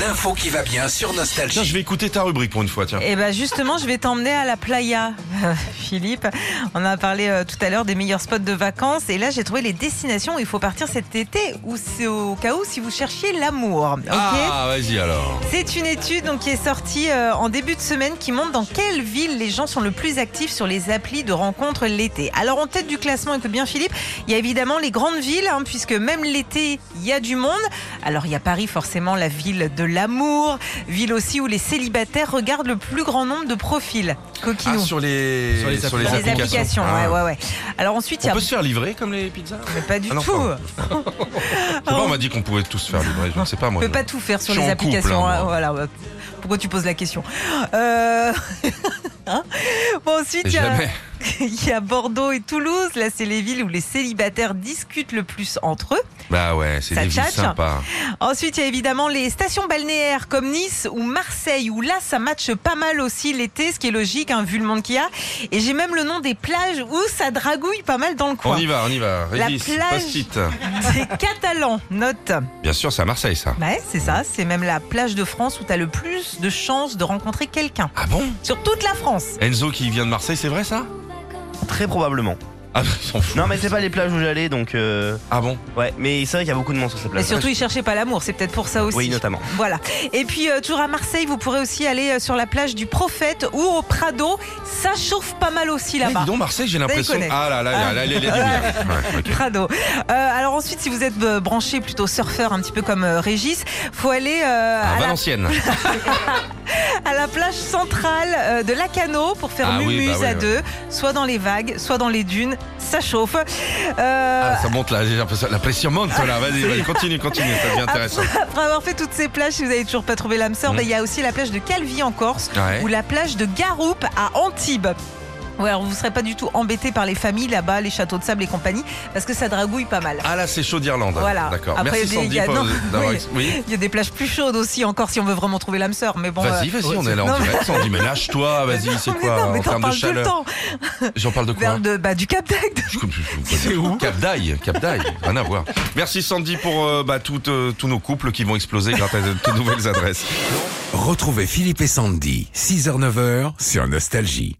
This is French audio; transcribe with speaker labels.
Speaker 1: L'info qui va bien sur Nostalgie.
Speaker 2: Tiens, je vais écouter ta rubrique pour une fois, tiens.
Speaker 3: Et ben justement, je vais t'emmener à la playa, Philippe. On a parlé euh, tout à l'heure des meilleurs spots de vacances. Et là, j'ai trouvé les destinations où il faut partir cet été, ou c'est au cas où si vous cherchiez l'amour. Ok
Speaker 2: Ah, vas-y alors.
Speaker 3: C'est une étude donc, qui est sortie euh, en début de semaine qui montre dans quelle ville les gens sont le plus actifs sur les applis de rencontres l'été. Alors en tête du classement, écoute bien Philippe, il y a évidemment les grandes villes, hein, puisque même l'été, il y a du monde. Alors il y a Paris forcément, la ville de l'amour, ville aussi où les célibataires regardent le plus grand nombre de profils.
Speaker 2: Ah,
Speaker 3: Coquinou.
Speaker 2: sur les,
Speaker 4: Sur les
Speaker 3: Sur les
Speaker 2: applications.
Speaker 3: applications,
Speaker 2: Ah.
Speaker 3: ouais, ouais, ouais. Alors ensuite, il y
Speaker 2: On
Speaker 3: a...
Speaker 2: peut se faire livrer comme les pizzas
Speaker 3: Mais pas du
Speaker 2: Ah non,
Speaker 3: tout.
Speaker 2: pardon. Je sais pas, on m'a dit qu'on pouvait tous se faire livrer. Je ne sais pas,
Speaker 3: Ah, oh. On
Speaker 2: moi.
Speaker 3: peut
Speaker 2: je-
Speaker 3: pas tout faire sur
Speaker 2: Je suis
Speaker 3: les
Speaker 2: en couple,
Speaker 3: applications.
Speaker 2: hein,
Speaker 3: hein,
Speaker 2: moi.
Speaker 3: voilà. ouais. Pourquoi tu poses la question Euh, hein Bon, ensuite, il y, a-
Speaker 2: Jamais.
Speaker 3: il y a Bordeaux et Toulouse. Là, c'est les villes où les célibataires discutent le plus entre eux.
Speaker 2: Bah ouais, c'est
Speaker 3: Ça
Speaker 2: des villes
Speaker 3: tchatche.
Speaker 2: sympas.
Speaker 3: Ensuite, il y a évidemment les stations balnéaires comme Nice ou Marseille, où là, ça matche pas mal aussi l'été, ce qui est logique, hein, vu le monde qu'il y a. Et j'ai même le nom des plages où ça dragouille pas mal dans le
Speaker 2: On
Speaker 3: coin.
Speaker 2: y va, on y va.
Speaker 3: La
Speaker 2: Régis,
Speaker 3: plage.
Speaker 2: post-it.
Speaker 3: C'est catalan, note.
Speaker 2: Bien sûr, c'est à Marseille, ça.
Speaker 3: Ouais, c'est ça, c'est même la plage de France où tu as le plus de chances de rencontrer quelqu'un.
Speaker 2: Ah bon
Speaker 3: Sur toute la France.
Speaker 2: Enzo qui vient de Marseille, c'est vrai ça
Speaker 4: Très probablement.
Speaker 2: Ah, ils s'en foutent.
Speaker 4: Non, mais c'est pas les plages où j'allais, donc. euh,
Speaker 2: Ah bon
Speaker 4: Ouais, mais c'est vrai qu'il y a beaucoup de monde sur ces
Speaker 3: Mais
Speaker 4: plages.
Speaker 3: surtout, ils cherchaient pas l'amour, c'est peut-être pour ça aussi.
Speaker 4: Oui, notamment.
Speaker 3: Voilà. Et puis, euh, toujours à Marseille, vous pourrez aussi aller euh, sur la plage du Prophète ou au Prado. Ça chauffe pas mal aussi
Speaker 2: Eh,
Speaker 3: là-bas.
Speaker 2: Dis donc, Marseille, j'ai
Speaker 3: ils
Speaker 2: l'impression.
Speaker 3: connaissent.
Speaker 2: Ah là là, là,
Speaker 3: Ah.
Speaker 2: là, là, là, là, là. Ouais, ok.
Speaker 3: Prado. Euh, alors ensuite, si vous êtes euh, branché plutôt surfeur, un petit peu comme euh, Régis, faut aller euh,
Speaker 2: Ah,
Speaker 3: à, la,
Speaker 2: Valenciennes.
Speaker 3: à la plage centrale euh, de Lacano pour faire
Speaker 2: Ah oui,
Speaker 3: mumuse
Speaker 2: bah oui,
Speaker 3: à
Speaker 2: oui.
Speaker 3: deux, soit dans les vagues, soit dans les dunes. Ça chauffe. Euh,
Speaker 2: Ah, ça monte là, j'ai l'impression- la pression monte là. Vas-y, vas-y, continue, continue, ça devient intéressant.
Speaker 3: Après avoir fait toutes ces plages, si vous n'avez toujours pas trouvé l'âme sœur,
Speaker 2: Mhm.
Speaker 3: bah, il y a aussi la plage de Calvi en Corse
Speaker 2: Ouais.
Speaker 3: ou la plage de Garoupe à Antibes. Ouais, alors vous ne serez pas du tout embêté par les familles là-bas, les châteaux de sable et compagnie, parce que ça dragouille pas mal.
Speaker 2: Ah là, c'est chaud d'Irlande.
Speaker 3: Voilà.
Speaker 2: D'accord.
Speaker 3: Après,
Speaker 2: Merci
Speaker 3: il y a des- il
Speaker 2: Sandy
Speaker 3: y a-
Speaker 2: pour
Speaker 3: non,
Speaker 2: d'avoir
Speaker 3: oui.
Speaker 2: ex- Oui.
Speaker 3: Il y a des plages plus chaudes aussi encore si on veut vraiment trouver l'âme sœur, mais bon.
Speaker 2: Vas-y,
Speaker 3: euh,
Speaker 2: vas-y,
Speaker 3: ouais,
Speaker 2: on est là en
Speaker 3: non,
Speaker 2: direct. Sandy, mais lâche-toi, vas-y, c'est
Speaker 3: mais
Speaker 2: quoi
Speaker 3: non, mais
Speaker 2: en
Speaker 3: t'en
Speaker 2: termes de
Speaker 3: parles tout le
Speaker 2: chaleur
Speaker 3: temps.
Speaker 2: J'en parle de quoi
Speaker 3: Vers de, bah, du Cap d'Agde.
Speaker 2: Je- je- je-
Speaker 4: C'est où
Speaker 2: Cap d'Aille, Cap d'Aille, rien à voir. Merci Sandy pour euh, bah, toutes, euh, tous nos couples qui vont exploser grâce à tes nouvelles adresses.
Speaker 1: Retrouvez Philippe et Sandy, 6h-9h sur Nostalgie.